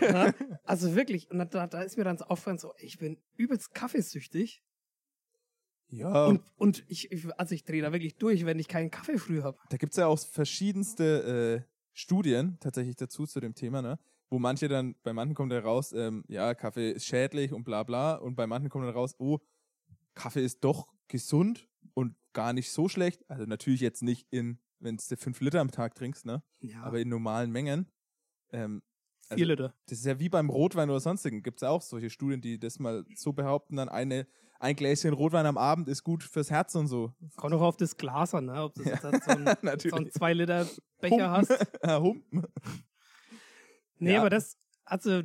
Speaker 1: ne? Also wirklich, und da, da ist mir dann so aufgefallen, so, ich bin übelst kaffeesüchtig.
Speaker 2: Ja,
Speaker 1: Und, und ich, ich, also ich drehe da wirklich durch, wenn ich keinen Kaffee früh habe.
Speaker 2: da gibt es ja auch verschiedenste äh, Studien tatsächlich dazu zu dem Thema, ne? Wo manche dann, bei manchen kommt dann raus, ähm, ja, Kaffee ist schädlich und bla bla. Und bei manchen kommt dann raus, oh, Kaffee ist doch gesund und gar nicht so schlecht. Also natürlich jetzt nicht in, wenn du fünf Liter am Tag trinkst, ne?
Speaker 1: Ja,
Speaker 2: Aber in normalen Mengen. Ähm, also-
Speaker 1: viele da.
Speaker 2: Das ist ja wie beim Rotwein oder sonstigen. Gibt es auch solche Studien, die das mal so behaupten, dann eine, ein Gläschen Rotwein am Abend ist gut fürs Herz und so.
Speaker 1: Kommt auch auf das Glas an, ne? ob das jetzt halt so ein so einen
Speaker 2: Natürlich.
Speaker 1: 2 Liter Becher hast.
Speaker 2: Humpen.
Speaker 1: Nee,
Speaker 2: Ja.
Speaker 1: aber das, also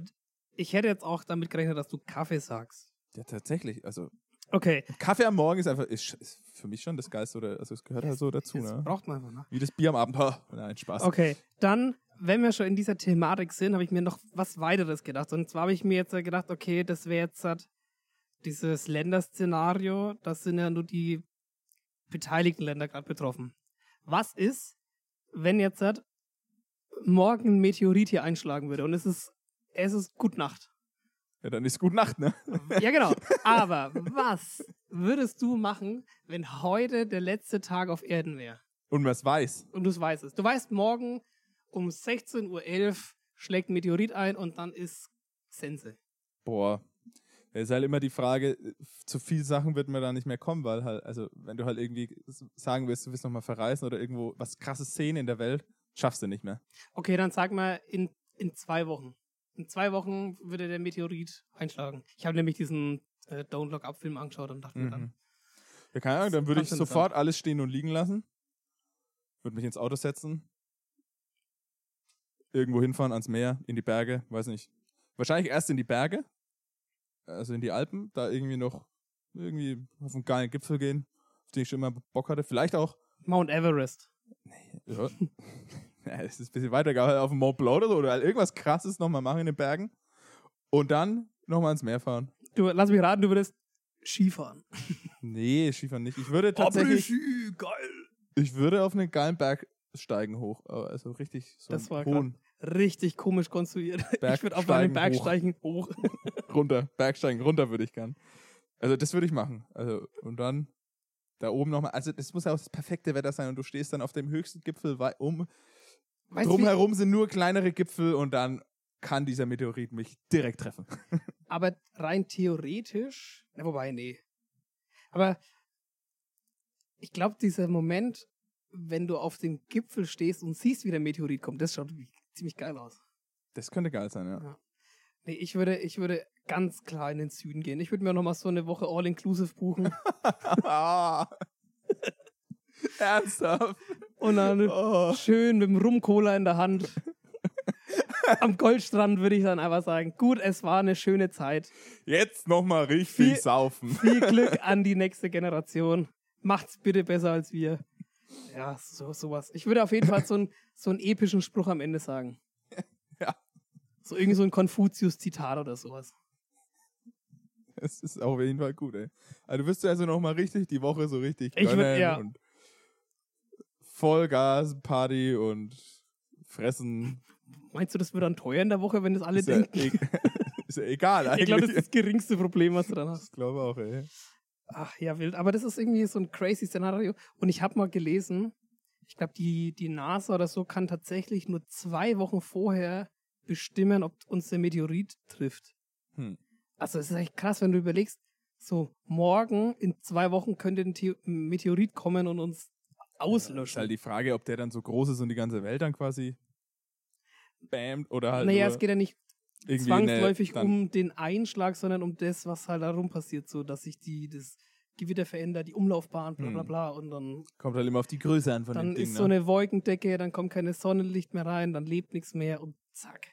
Speaker 1: ich hätte jetzt auch damit gerechnet, dass du Kaffee sagst.
Speaker 2: Ja, tatsächlich. Also
Speaker 1: Okay,
Speaker 2: Kaffee am Morgen ist einfach ist, sch- ist für mich schon das Geilste. Oder, also es gehört halt so dazu.
Speaker 1: das
Speaker 2: Ne?
Speaker 1: braucht man einfach. Ne?
Speaker 2: Wie das Bier am Abend. Ha, nein, Spaß.
Speaker 1: Okay, dann, wenn wir schon in dieser Thematik sind, habe ich mir noch was weiteres gedacht. Und zwar habe ich mir jetzt äh, gedacht, okay, das wäre jetzt halt dieses Länderszenario, das sind ja nur die beteiligten Länder gerade betroffen. Was ist, wenn jetzt halt morgen ein Meteorit hier einschlagen würde und es ist, es ist gut Nacht?
Speaker 2: Ja, dann ist gut Nacht, ne?
Speaker 1: Ja, genau. Aber was würdest du machen, wenn heute der letzte Tag auf Erden wäre?
Speaker 2: Und was weiß.
Speaker 1: und du es weißt es. Du weißt, morgen um 16.11 Uhr schlägt ein Meteorit ein und dann ist Sense.
Speaker 2: Boah. Es ist halt immer die Frage, zu viel Sachen wird man da nicht mehr kommen, weil halt, also wenn du halt irgendwie sagen willst, du willst nochmal verreisen oder irgendwo was krasses sehen in der Welt, schaffst du nicht mehr.
Speaker 1: Okay, dann sag mal in, in zwei Wochen. In zwei Wochen würde der Meteorit einschlagen. Ich habe nämlich diesen äh, Don't Look Up Film angeschaut und dachte mir dann,
Speaker 2: Mhm. Ja, keine Ahnung, dann würde ich
Speaker 1: Ganz interessant.
Speaker 2: sofort alles stehen und liegen lassen. Würde mich ins Auto setzen. Irgendwo hinfahren ans Meer, in die Berge, weiß nicht. Wahrscheinlich erst in die Berge. Also in die Alpen, da irgendwie noch irgendwie auf einen geilen Gipfel gehen, auf den ich schon immer Bock hatte. Vielleicht auch.
Speaker 1: Mount Everest.
Speaker 2: Ja. ja, das ist ein bisschen weiter, aber auf dem Mont Blanc oder so, oder halt irgendwas krasses nochmal machen in den Bergen. Und dann nochmal ans Meer fahren.
Speaker 1: Du, lass mich raten, du würdest Skifahren.
Speaker 2: Nee, Skifahren nicht. Ich würde tatsächlich.
Speaker 1: Ski, geil.
Speaker 2: Ich würde auf einen geilen Berg steigen hoch, aber also richtig so
Speaker 1: Das war
Speaker 2: einen hohen
Speaker 1: Richtig komisch konstruiert.
Speaker 2: Berg
Speaker 1: ich würde auf einen
Speaker 2: steigen,
Speaker 1: Berg
Speaker 2: hoch.
Speaker 1: steigen, hoch.
Speaker 2: runter, Bergsteigen runter würde ich gern. Also das würde ich machen. Also und dann da oben nochmal, also das muss ja auch das perfekte Wetter sein und du stehst dann auf dem höchsten Gipfel wei- um
Speaker 1: Weißt du, wie-
Speaker 2: drumherum sind nur kleinere Gipfel und dann kann dieser Meteorit mich direkt treffen.
Speaker 1: Aber rein theoretisch, na, wobei, nee. Aber ich glaube, dieser Moment, wenn du auf dem Gipfel stehst und siehst, wie der Meteorit kommt, das schaut wie- ziemlich geil aus.
Speaker 2: Das könnte geil sein, ja.
Speaker 1: Nee, ich würde, ich würde ganz klar in den Süden gehen. Ich würde mir nochmal so eine Woche All-Inclusive buchen
Speaker 2: Ah. Ernsthaft.
Speaker 1: und dann
Speaker 2: Oh.
Speaker 1: schön mit dem Rum-Cola in der Hand. Am Goldstrand würde ich dann einfach sagen, gut, es war eine schöne Zeit.
Speaker 2: Jetzt nochmal richtig
Speaker 1: Viel-
Speaker 2: saufen.
Speaker 1: Viel Glück an die nächste Generation. Macht's bitte besser als wir. Ja, so, sowas. Ich würde auf jeden Fall so, einen so einen epischen Spruch am Ende sagen.
Speaker 2: Ja.
Speaker 1: So irgend so ein Konfuzius-Zitat oder sowas.
Speaker 2: Es ist auf jeden Fall gut, ey. Also du wirst du also nochmal richtig die Woche so richtig
Speaker 1: Ich würd-
Speaker 2: gönnen
Speaker 1: ja.
Speaker 2: und Vollgas, Party und fressen.
Speaker 1: Meinst du, das wird dann teuer in der Woche, wenn das alle
Speaker 2: Ist ja,
Speaker 1: denken?
Speaker 2: e ist ja egal
Speaker 1: ich
Speaker 2: eigentlich.
Speaker 1: glaube, das ist das geringste Problem, was du dann hast.
Speaker 2: ich glaube auch, ey.
Speaker 1: Ach ja, wild. Aber das ist irgendwie so ein crazy Szenario. Und ich habe mal gelesen, ich glaube, die, die NASA oder so kann tatsächlich nur zwei Wochen vorher bestimmen, ob uns der Meteorit trifft.
Speaker 2: Hm.
Speaker 1: Also es ist echt krass, wenn du überlegst, so morgen in zwei Wochen könnte ein The Meteorit kommen und uns
Speaker 2: Ist
Speaker 1: auslöschen.
Speaker 2: halt die Frage, ob der dann so groß ist und die ganze Welt dann quasi bam oder halt
Speaker 1: naja,
Speaker 2: nur
Speaker 1: es geht ja nicht
Speaker 2: irgendwie
Speaker 1: zwangsläufig
Speaker 2: eine, dann,
Speaker 1: um den Einschlag, sondern um das, was halt darum passiert, so dass sich die, das Gewitter verändert, die Umlaufbahn, bla bla
Speaker 2: Hm.
Speaker 1: bla und dann
Speaker 2: Kommt halt immer auf die Größe an von
Speaker 1: dann
Speaker 2: dem Ding.
Speaker 1: ist so
Speaker 2: ne?
Speaker 1: eine Wolkendecke, dann kommt keine Sonnenlicht mehr rein, dann lebt nichts mehr und zack.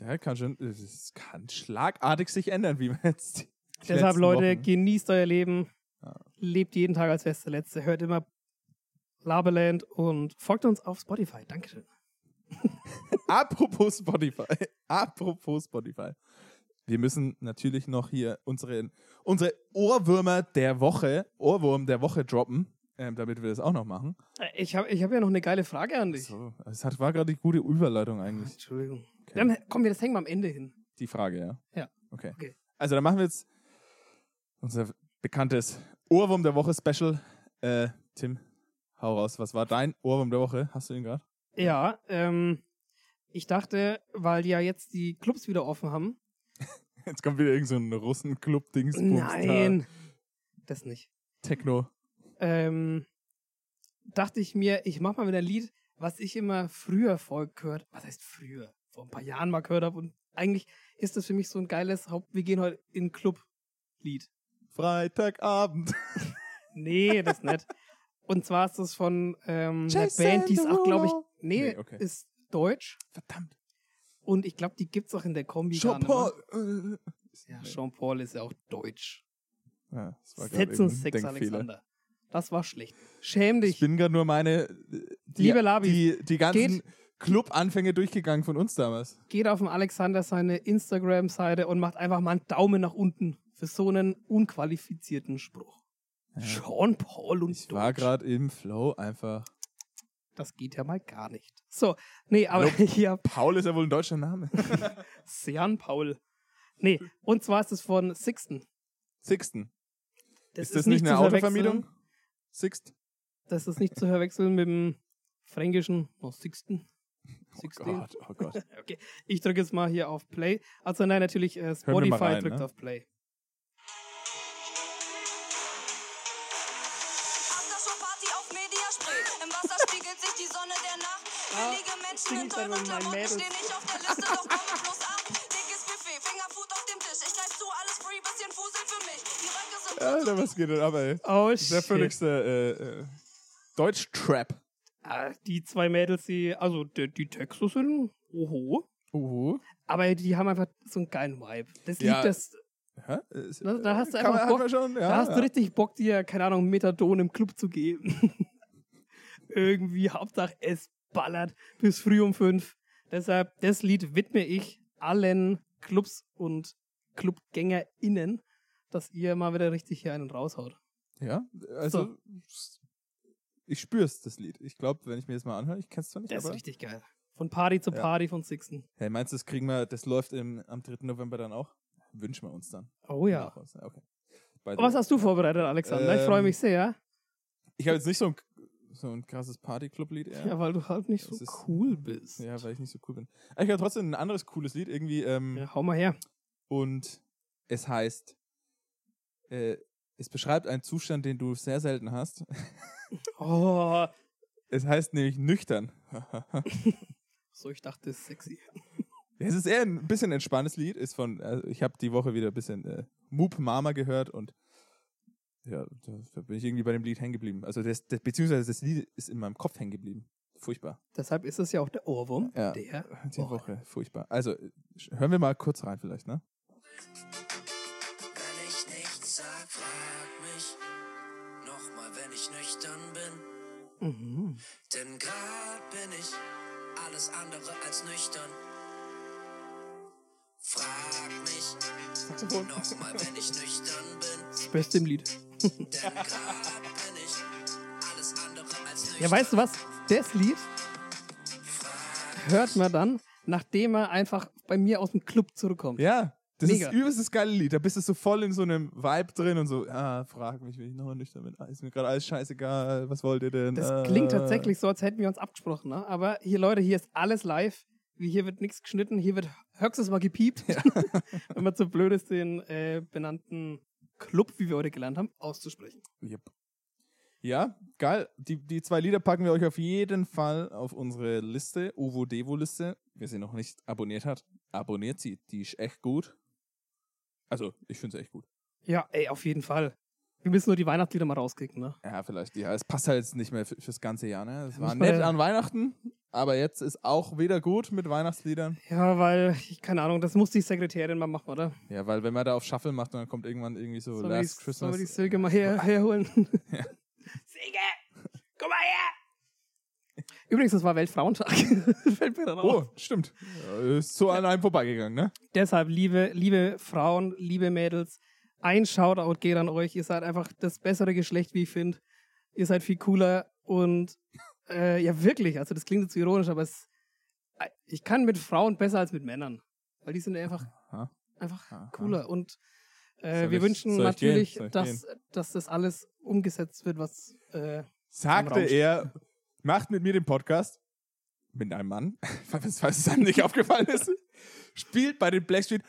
Speaker 2: ja, kann schon, es kann schlagartig sich ändern, wie man jetzt die die
Speaker 1: Deshalb,
Speaker 2: letzten
Speaker 1: Leute,
Speaker 2: Wochen.
Speaker 1: genießt euer Leben.
Speaker 2: Ja.
Speaker 1: Lebt jeden Tag, als wäre es der letzte. Hört immer Labeland und folgt uns auf Spotify. Dankeschön.
Speaker 2: Apropos Spotify. Apropos Spotify. Wir müssen natürlich noch hier unsere, unsere Ohrwürmer der Woche, Ohrwurm der Woche droppen, ähm, damit wir das auch noch machen.
Speaker 1: Äh, Ich habe ich hab ja noch eine geile Frage an dich.
Speaker 2: So, es hat, war gerade die gute Überleitung eigentlich,
Speaker 1: Entschuldigung.
Speaker 2: Okay.
Speaker 1: Dann kommen wir, das hängen wir am Ende hin.
Speaker 2: die Frage, ja?
Speaker 1: Ja.
Speaker 2: Okay.
Speaker 1: Okay.
Speaker 2: Also dann machen wir jetzt unser bekanntes Ohrwurm der Woche Special. Äh, Tim, hau raus, was war dein Ohrwurm der Woche? Hast du ihn gerade?
Speaker 1: Ja, ähm, ich dachte, weil ja jetzt die Clubs wieder offen haben.
Speaker 2: Jetzt kommt wieder irgend so ein Russen-Club-Dings.
Speaker 1: Nein, das nicht.
Speaker 2: Techno.
Speaker 1: ähm, dachte ich mir, ich mach mal wieder ein Lied, was ich immer früher Volk gehört, was heißt früher, vor ein paar Jahren mal gehört habe und eigentlich ist das für mich so ein geiles Haupt, wir gehen heute in den Club Lied.
Speaker 2: Freitagabend.
Speaker 1: Nee, das nicht. Und zwar ist das von ähm, einer
Speaker 2: Jason
Speaker 1: Band, die ist auch, glaube ich,
Speaker 2: Derulo.
Speaker 1: nee,
Speaker 2: Nee, okay.
Speaker 1: ist deutsch
Speaker 2: Verdammt.
Speaker 1: und ich glaube, die gibt's auch in der Kombi. gar nicht mehr.
Speaker 2: Jean-Paul!
Speaker 1: Ja, Jean-Paul ist ja auch deutsch.
Speaker 2: Ja, das war grad irgendein
Speaker 1: Sex
Speaker 2: Denkfehler.
Speaker 1: Alexander. Das war schlecht. Schäm
Speaker 2: Ich
Speaker 1: dich.
Speaker 2: bin gerade nur meine äh, die,
Speaker 1: Liebe Labi,
Speaker 2: die, die ganzen Club-Anfänge durchgegangen von uns damals.
Speaker 1: Geht auf den Alexander seine Instagram-Seite und macht einfach mal einen Daumen nach unten für so einen unqualifizierten Spruch. Jean-Paul und
Speaker 2: Ich
Speaker 1: Deutsch.
Speaker 2: war gerade im Flow einfach.
Speaker 1: das geht ja mal gar nicht. So, nee, aber
Speaker 2: Nope.
Speaker 1: ich habe
Speaker 2: Paul ist ja wohl ein deutscher Name.
Speaker 1: Sean Paul. Nee, und zwar ist es von Sixten.
Speaker 2: Sixten.
Speaker 1: Das
Speaker 2: ist das nicht, eine
Speaker 1: zu verwechseln-
Speaker 2: Autovermietung? Sixt?
Speaker 1: Das ist nicht zu verwechseln mit dem fränkischen oh, Sixten.
Speaker 2: Oh Gott, oh Gott.
Speaker 1: Okay, ich drücke jetzt mal hier auf Play. Also nein, natürlich äh,
Speaker 2: wir mal
Speaker 1: Spotify
Speaker 2: rein,
Speaker 1: drückt
Speaker 2: ne?
Speaker 1: auf Play.
Speaker 3: Auf der Showparty auf Mediaspray. Im Wasser spiegelt sich die Sonne der Nacht. Wendige Menschen in
Speaker 1: singt er
Speaker 3: teuren
Speaker 1: nun, mein
Speaker 3: Klamotten
Speaker 1: Mädels.
Speaker 3: stehen nicht auf der Liste, doch komme bloß ab. Dickes Buffet, Fingerfood auf dem Tisch. Ich greif zu, alles free, bisschen Fusel für mich. Die Röcke sind kurz
Speaker 2: Alter, was geht denn ab, ey?
Speaker 1: Oh
Speaker 2: Das ist der
Speaker 1: shit.
Speaker 2: völligste äh, äh, Deutsch-Trap.
Speaker 1: Ah, die zwei Mädels, die, also die, die Texas sind, oho.
Speaker 2: Uhu.
Speaker 1: Aber die haben einfach so einen geilen Vibe. Das
Speaker 2: Ja.
Speaker 1: liegt das,
Speaker 2: Hä? Ist-
Speaker 1: Da- da hast du
Speaker 2: kann man-
Speaker 1: einfach
Speaker 2: hat
Speaker 1: Bock.
Speaker 2: man schon, ja,
Speaker 1: da hast
Speaker 2: ja.
Speaker 1: du richtig Bock, dir, keine Ahnung, Methadon im Club zu geben. Irgendwie, Hauptsache es ballert bis früh um fünf. Deshalb, das Lied widme ich allen Clubs und ClubgängerInnen, dass ihr mal wieder richtig hier einen raushaut.
Speaker 2: Ja, also ich spür's, das Lied. Ich glaube, wenn ich mir das mal anhöre, ich kenn's zwar nicht,
Speaker 1: Das ist
Speaker 2: aber
Speaker 1: richtig geil. Von Party zu
Speaker 2: Ja.
Speaker 1: Party von Sixten.
Speaker 2: hey, meinst du, das kriegen wir, das läuft im, am 3. November dann auch? Wünschen wir uns dann.
Speaker 1: Oh ja.
Speaker 2: Nach uns, Okay. By the
Speaker 1: Was
Speaker 2: way.
Speaker 1: hast du vorbereitet, Alexander? ich freue
Speaker 2: Ähm,
Speaker 1: mich sehr,
Speaker 2: ich habe jetzt nicht so ein, so ein krasses Party-Club-Lied.
Speaker 1: ja.
Speaker 2: eher.
Speaker 1: ja, weil du halt nicht so
Speaker 2: das ist-
Speaker 1: cool bist. Ja,
Speaker 2: Ja, weil ich nicht so cool bin. Aber Ich habe trotzdem ein anderes cooles Lied irgendwie. Ähm,
Speaker 1: hau mal her.
Speaker 2: Und es heißt, äh, es beschreibt einen Zustand, den du sehr selten hast.
Speaker 1: Oh,
Speaker 2: Es heißt nämlich nüchtern.
Speaker 1: so ich dachte, das ist sexy.
Speaker 2: es ist eher ein bisschen entspanntes Lied. Ist von, also ich habe die Woche wieder ein bisschen äh, Moop Mama gehört und ja, da, da bin ich irgendwie bei dem Lied hängen geblieben. Also das, das, beziehungsweise das Lied ist in meinem Kopf hängen geblieben. Furchtbar.
Speaker 1: Deshalb ist es ja auch der Ohrwurm.
Speaker 2: Ja.
Speaker 1: Der Oh,
Speaker 2: Die
Speaker 1: Ohrwurm.
Speaker 2: Woche, furchtbar. Also, äh, hören wir mal kurz rein vielleicht, ne?
Speaker 4: Wenn ich nichts sag, frag mich nochmal, wenn ich nüchtern bin.
Speaker 1: Mhm.
Speaker 4: Denn grad bin ich alles andere als nüchtern. Frag mich nochmal, wenn ich nüchtern bin.
Speaker 1: Das Beste im Lied.
Speaker 4: Denn grad bin ich alles andere als nüchtern.
Speaker 1: Ja, weißt du was? Das Lied hört man dann, nachdem er einfach bei mir aus dem Club zurückkommt.
Speaker 2: Ja, das
Speaker 1: Mega.
Speaker 2: ist übelst das geile Lied. Da bist du so voll in so einem Vibe drin und so, ah, frag mich, wenn ich nochmal nüchtern bin. Ah, Ist mir gerade alles scheißegal, was wollt ihr denn?
Speaker 1: Das
Speaker 2: Ah.
Speaker 1: klingt tatsächlich so, als hätten wir uns abgesprochen. Ne? Aber hier, Leute, hier ist alles live. Wie Hier wird nichts geschnitten, hier wird höchstens mal gepiept, wenn man zu blöd ist, den äh, benannten Club, wie wir heute gelernt haben, auszusprechen.
Speaker 2: Yep. Ja, geil. Die, die zwei Lieder packen wir euch auf jeden Fall auf unsere Liste, Ovo Devo Liste. Wer sie noch nicht abonniert hat, abonniert sie. Die ist echt gut. Also, ich finde sie echt gut.
Speaker 1: Ja, ey, auf jeden Fall. Wir müssen nur die Weihnachtslieder mal rauskicken, ne?
Speaker 2: Ja, vielleicht. Ja, es passt halt jetzt nicht mehr für, fürs ganze Jahr. Ne? Es
Speaker 1: muss
Speaker 2: war
Speaker 1: man
Speaker 2: nett
Speaker 1: ja-
Speaker 2: an Weihnachten, aber jetzt ist auch wieder gut mit Weihnachtsliedern.
Speaker 1: Ja, weil, ich, keine Ahnung, das muss die Sekretärin mal machen, oder?
Speaker 2: Ja, weil wenn man da auf Shuffle macht, dann kommt irgendwann irgendwie so
Speaker 1: Sollen wir
Speaker 2: Last
Speaker 1: die- sollen
Speaker 2: Christmas.
Speaker 1: wir die Silke mal her, herholen? Silke, komm mal her! Übrigens, das war Weltfrauentag. Fällt mir dann auf.
Speaker 2: oh, stimmt. Ja, Ist so an einem vorbeigegangen, ne?
Speaker 1: Deshalb, liebe, liebe Frauen, liebe Mädels, ein Shoutout geht an euch. Ihr seid einfach das bessere Geschlecht, wie ich finde. Ihr seid viel cooler und äh, ja, wirklich. Also, das klingt jetzt ironisch, aber es, äh, ich kann mit Frauen besser als mit Männern. Weil die sind einfach,
Speaker 2: Aha.
Speaker 1: einfach
Speaker 2: Aha.
Speaker 1: cooler. Und äh,
Speaker 2: Soll
Speaker 1: wir
Speaker 2: ich-
Speaker 1: wünschen
Speaker 2: soll ich gehen?
Speaker 1: natürlich,
Speaker 2: Soll ich
Speaker 1: dass, dass das alles umgesetzt wird, was. Äh,
Speaker 2: Sagte
Speaker 1: Raum
Speaker 2: er, macht mit mir den Podcast. Mit einem Mann, falls, falls es einem nicht aufgefallen ist. Spielt bei den Blackstreet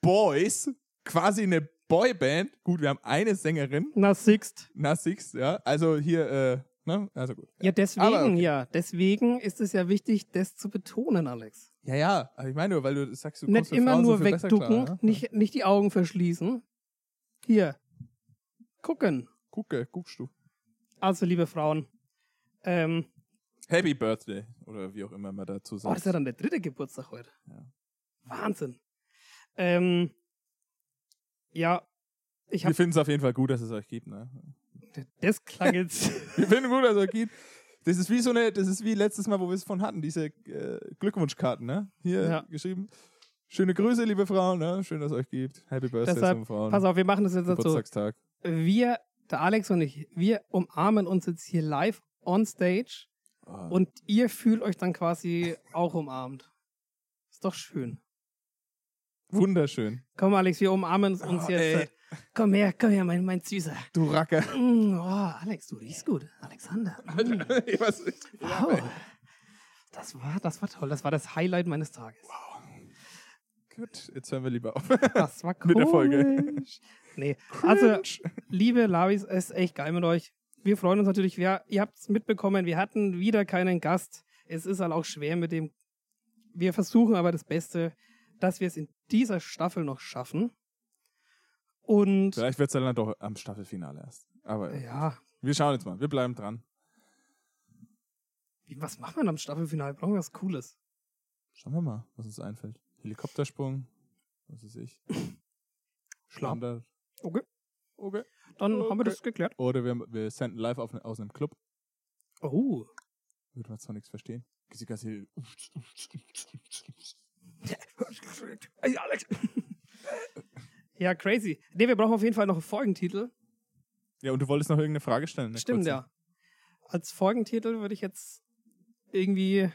Speaker 2: Boys quasi eine Boyband. Gut, wir haben eine Sängerin,
Speaker 1: na, Sixt.
Speaker 2: Nassix, ja. Also hier, äh, ne? Also gut.
Speaker 1: Ja, deswegen
Speaker 2: Aber okay.
Speaker 1: ja. Deswegen ist es ja wichtig, das zu betonen, Alex.
Speaker 2: Ja, ja, aber ich meine nur, weil du sagst, du
Speaker 1: Nicht
Speaker 2: kommst mit
Speaker 1: immer
Speaker 2: Frauen so
Speaker 1: nur
Speaker 2: viel besser
Speaker 1: wegducken,
Speaker 2: klar, ne? ja?
Speaker 1: nicht, nicht die Augen verschließen. Hier. Gucken.
Speaker 2: Gucke, guckst du.
Speaker 1: Also, liebe Frauen. Ähm,
Speaker 2: Happy Birthday oder wie auch immer man dazu
Speaker 1: oh,
Speaker 2: sagt.
Speaker 1: das ist ja dann der dritte Geburtstag heute. Wahnsinn. Ähm, ja, ich
Speaker 2: Wir
Speaker 1: habe
Speaker 2: finden es auf jeden Fall gut, dass es euch gibt. Ne?
Speaker 1: das klang jetzt.
Speaker 2: Wir finden gut, dass es euch gibt. Das ist wie so eine, das ist wie letztes Mal, wo wir es von hatten, diese äh, Glückwunschkarten, ne? Hier
Speaker 1: Ja.
Speaker 2: geschrieben. Schöne Grüße, liebe Frauen, ne? Schön, dass es euch gibt. Happy Birthday
Speaker 1: Deshalb,
Speaker 2: zum Frauen.
Speaker 1: pass auf, wir machen das jetzt so.
Speaker 2: Geburtstagstag.
Speaker 1: Wir, der Alex und ich, wir umarmen uns jetzt hier live on stage
Speaker 2: Oh.
Speaker 1: und ihr fühlt euch dann quasi auch umarmt. Ist doch schön.
Speaker 2: Wunderschön.
Speaker 1: Komm, Alex, wir umarmen uns
Speaker 2: Oh,
Speaker 1: jetzt. Komm her, komm her, mein, mein Süßer.
Speaker 2: Du Racker.
Speaker 1: Mm, oh, Alex, du riechst gut. Alexander. Mm,
Speaker 2: Was?
Speaker 1: wow. Das war, das war toll. Das war das Highlight meines Tages.
Speaker 2: Gut, jetzt hören wir lieber auf.
Speaker 1: Das war cool.
Speaker 2: Mit der Folge.
Speaker 1: Nee. Also, liebe Lavis, es ist echt geil mit euch. Wir freuen uns natürlich. Wir, ihr habt es mitbekommen, wir hatten wieder keinen Gast. Es ist halt auch schwer mit dem. Wir versuchen aber das Beste, dass wir es in dieser Staffel noch schaffen. Und
Speaker 2: Vielleicht wird es dann doch am Staffelfinale erst. Aber
Speaker 1: ja,
Speaker 2: wir schauen jetzt mal. Wir bleiben dran.
Speaker 1: wie- was macht man am Staffelfinale? Brauchen wir was Cooles?
Speaker 2: Schauen wir mal, was uns einfällt. Helikoptersprung. Was weiß ich. Standard.
Speaker 1: Okay.
Speaker 2: Okay.
Speaker 1: Dann haben wir
Speaker 2: Okay.
Speaker 1: das geklärt.
Speaker 2: Oder wir, wir senden live auf, ne, aus einem Club.
Speaker 1: Oh.
Speaker 2: Würde man zwar nichts verstehen. Gissi, Gassi.
Speaker 1: Ey, Alex. ja, crazy. Nee, wir brauchen auf jeden Fall noch einen Folgentitel.
Speaker 2: Ja, und du wolltest noch irgendeine Frage stellen. Ne?
Speaker 1: Stimmt,
Speaker 2: Kurze.
Speaker 1: ja. Als Folgentitel würde ich jetzt irgendwie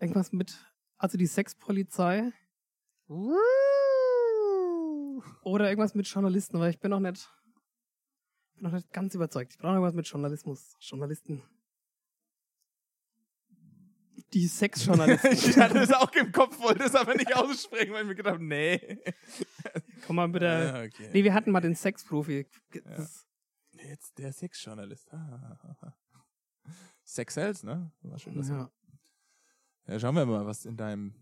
Speaker 1: irgendwas mit, also die Sexpolizei. Oder irgendwas mit Journalisten, weil ich bin noch nicht, bin noch nicht ganz überzeugt. Ich brauche irgendwas mit Journalismus. Journalisten. Die Sexjournalisten.
Speaker 2: ich hatte es auch im Kopf, wollte es aber nicht aussprechen, weil ich mir gedacht habe, nee.
Speaker 1: Komm mal bitte.
Speaker 2: Ah, okay.
Speaker 1: Nee, wir hatten mal den Sexprofi. Das,
Speaker 2: Jetzt der Sexjournalist. Ah. Sex sells, ne? War schön, dass
Speaker 1: ja.
Speaker 2: Ja, schauen wir mal, was in deinem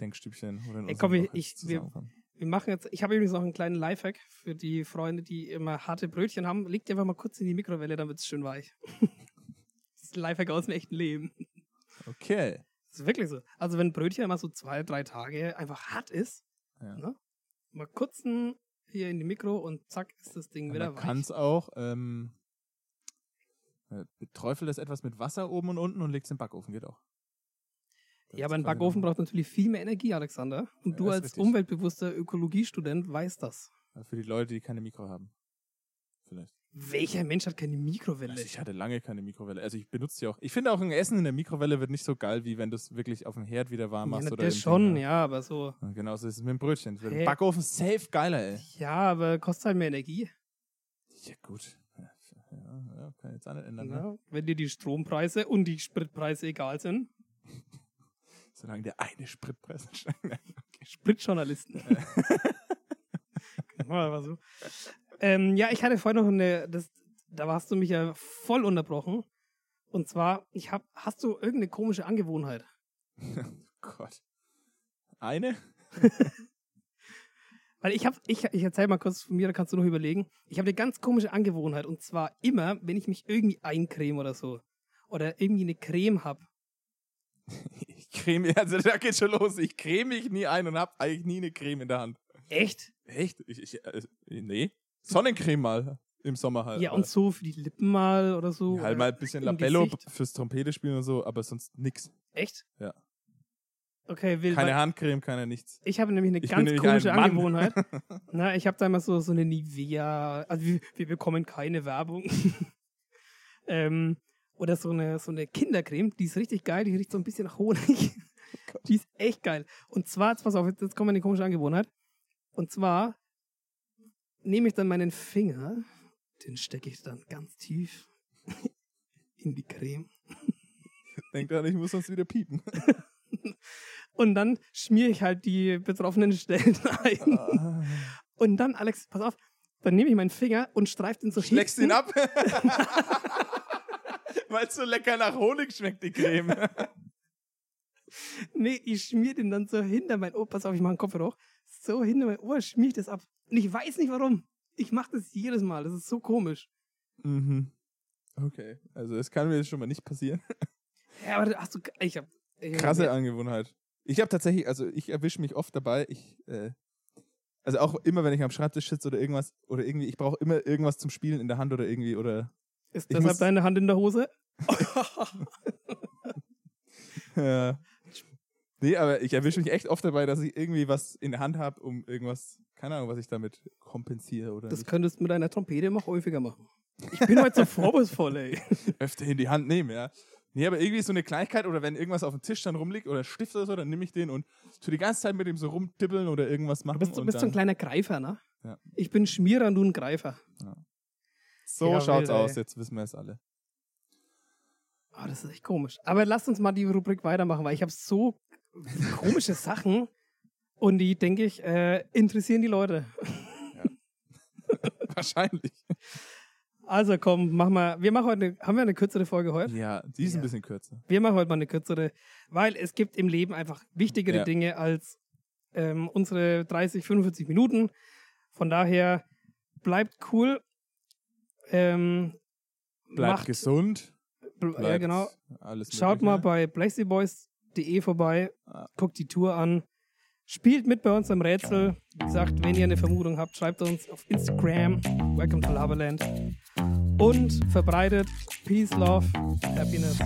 Speaker 2: Denkstübchen oder in
Speaker 1: Ey,
Speaker 2: unserem
Speaker 1: komm, wir-
Speaker 2: noch
Speaker 1: ich-
Speaker 2: jetzt
Speaker 1: wir-
Speaker 2: zusammenkommt.
Speaker 1: Wir machen jetzt, ich habe übrigens noch einen kleinen Lifehack für die Freunde, die immer harte Brötchen haben. Legt die einfach mal kurz in die Mikrowelle, dann wird es schön weich. das ist ein Lifehack aus dem echten Leben.
Speaker 2: Okay.
Speaker 1: Das ist wirklich so. Also wenn ein Brötchen immer so zwei, drei Tage einfach hart ist,
Speaker 2: Ja.
Speaker 1: ne? mal kurz ein- hier in die Mikro und zack ist das Ding wieder
Speaker 2: Man kann
Speaker 1: weich.
Speaker 2: es auch. Ähm, äh, beträufelt das etwas mit Wasser oben und unten und legt es in den Backofen, geht auch.
Speaker 1: Ja, aber ein Backofen braucht natürlich viel mehr Energie, Alexander. Und
Speaker 2: Ja,
Speaker 1: du
Speaker 2: das ist
Speaker 1: als
Speaker 2: richtig.
Speaker 1: umweltbewusster Ökologiestudent weißt das.
Speaker 2: braucht. Äh, Für die Leute, die keine Mikro haben. Vielleicht.
Speaker 1: Welcher Mensch hat keine Mikrowelle?
Speaker 2: Also ich hatte lange keine Mikrowelle. Also ich benutze sie auch. Ich finde auch ein Essen in der Mikrowelle wird nicht so geil, wie wenn du es wirklich auf dem Herd wieder warm
Speaker 1: ja,
Speaker 2: machst.
Speaker 1: na,
Speaker 2: oder
Speaker 1: das
Speaker 2: im
Speaker 1: schon,
Speaker 2: Ding, ne?
Speaker 1: ja, aber so.
Speaker 2: ja. Genauso ist es mit dem Brötchen. Es wird im
Speaker 1: Hey.
Speaker 2: Backofen safe geiler, ey.
Speaker 1: Ja, aber kostet halt mehr Energie.
Speaker 2: Ja, gut. Ja, ja, kann jetzt auch nicht ändern. Ne?
Speaker 1: Ja, wenn dir die Strompreise und die Spritpreise egal sind.
Speaker 2: Solange der eine Spritpreis ansteigt.
Speaker 1: Spritjournalisten. Genau, aber so. ähm, ja, ich hatte vorhin noch eine, das, da hast du mich ja voll unterbrochen. Und zwar, ich hab, hast du irgendeine komische Angewohnheit?
Speaker 2: Oh Gott. Eine?
Speaker 1: Weil ich habe, ich, ich erzähl mal kurz von mir, da kannst du noch überlegen. Ich habe eine ganz komische Angewohnheit und zwar immer, wenn ich mich irgendwie eincreme oder so oder irgendwie eine Creme hab.
Speaker 2: Ich creme, also da geht schon los. Ich creme mich nie ein und hab eigentlich nie eine Creme in der Hand.
Speaker 1: Echt?
Speaker 2: Echt? Ich, ich, äh, nee. Sonnencreme mal im Sommer halt.
Speaker 1: Ja,
Speaker 2: aber-
Speaker 1: und so für die Lippen mal oder so.
Speaker 2: Ja, halt
Speaker 1: oder
Speaker 2: mal ein bisschen
Speaker 1: im
Speaker 2: Labello
Speaker 1: Gesicht.
Speaker 2: fürs Trompete spielen und so, aber sonst nix.
Speaker 1: Echt?
Speaker 2: Ja.
Speaker 1: Okay, will.
Speaker 2: Keine Handcreme, keine nichts.
Speaker 1: Ich habe nämlich eine
Speaker 2: Ich bin
Speaker 1: ganz
Speaker 2: nämlich
Speaker 1: komische
Speaker 2: ein Mann.
Speaker 1: Angewohnheit. Na, ich habe da immer so, so eine Nivea. Also wir, wir bekommen keine Werbung. ähm, oder so eine, so eine Kindercreme, die ist richtig geil, die riecht so ein bisschen nach Honig.
Speaker 2: Oh
Speaker 1: die ist echt geil. Und zwar, jetzt pass auf, jetzt, jetzt kommt meine komische Angewohnheit. Und zwar nehme ich dann meinen Finger, den stecke ich dann ganz tief in die Creme.
Speaker 2: Denk dran, ich muss sonst wieder piepen.
Speaker 1: Und dann schmiere ich halt die betroffenen Stellen ein.
Speaker 2: Ah.
Speaker 1: Und dann, Alex, pass auf, dann nehme ich meinen Finger und streife den so
Speaker 2: Schlägst ihn
Speaker 1: hinten.
Speaker 2: ab? Weil es so lecker nach Honig schmeckt, die Creme.
Speaker 1: Nee, ich schmier den dann so hinter mein Ohr. Pass auf, ich mache einen Kopfhörer hoch. So hinter mein Ohr schmier ich das ab. Und ich weiß nicht warum. Ich mache das jedes Mal. Das ist so komisch.
Speaker 2: Mhm. Okay, also es kann mir jetzt schon mal nicht passieren.
Speaker 1: Ja, aber hast du. Ich hab. Ich
Speaker 2: Krasse Angewohnheit. Ich habe tatsächlich, also ich erwische mich oft dabei, ich, äh, also auch immer, wenn ich am Schreibtisch sitze oder irgendwas, oder irgendwie, ich brauche immer irgendwas zum Spielen in der Hand oder irgendwie, oder
Speaker 1: Ist
Speaker 2: Ich muss-
Speaker 1: deshalb deine Hand in der Hose?
Speaker 2: Ja. Nee, aber ich erwische mich echt oft dabei, dass ich irgendwie was in der Hand habe, um irgendwas, keine Ahnung, was ich damit kompensiere oder
Speaker 1: Das
Speaker 2: nicht.
Speaker 1: könntest du mit deiner Trompete immer häufiger machen. Ich bin heute so vorwurfsvoll, ey.
Speaker 2: öfter in die Hand nehme, ja. Nee, aber irgendwie so eine Kleinigkeit oder wenn irgendwas auf dem Tisch dann rumliegt oder ein Stift oder so, dann nehme ich den und tu die ganze Zeit mit dem so rumtippeln oder irgendwas machen.
Speaker 1: Du bist, du
Speaker 2: und
Speaker 1: bist so
Speaker 2: dann,
Speaker 1: ein kleiner Greifer, ne?
Speaker 2: Ja.
Speaker 1: Ich bin Schmierer und du ein Greifer.
Speaker 2: so
Speaker 1: Ja,
Speaker 2: schaut's
Speaker 1: wild,
Speaker 2: aus,
Speaker 1: ey.
Speaker 2: jetzt wissen wir es alle.
Speaker 1: Ah, das ist echt komisch. Aber lasst uns mal die Rubrik weitermachen, weil ich habe so komische Sachen und die, denke ich, äh, interessieren die Leute.
Speaker 2: Wahrscheinlich.
Speaker 1: Also komm, mach mal. Wir machen heute, eine, haben wir eine kürzere Folge heute?
Speaker 2: Ja, die ist
Speaker 1: Ja.
Speaker 2: ein bisschen kürzer.
Speaker 1: Wir machen heute mal eine kürzere, weil es gibt im Leben einfach wichtigere
Speaker 2: Ja.
Speaker 1: Dinge als ähm, unsere 30, 45 Minuten. Von daher bleibt cool. Ähm,
Speaker 2: Bleibt
Speaker 1: macht,
Speaker 2: gesund.
Speaker 1: bl-
Speaker 2: Bleibt
Speaker 1: ja, genau.
Speaker 2: Alles
Speaker 1: Schaut mal
Speaker 2: Mögliche.
Speaker 1: bei blazyboys.de vorbei,
Speaker 2: ne? Ah.
Speaker 1: guckt die Tour an, spielt mit bei uns am Rätsel. Wie gesagt, wenn ihr eine Vermutung habt, schreibt uns auf Instagram. Welcome to Lavaland. Und verbreitet Peace, Love, Happiness.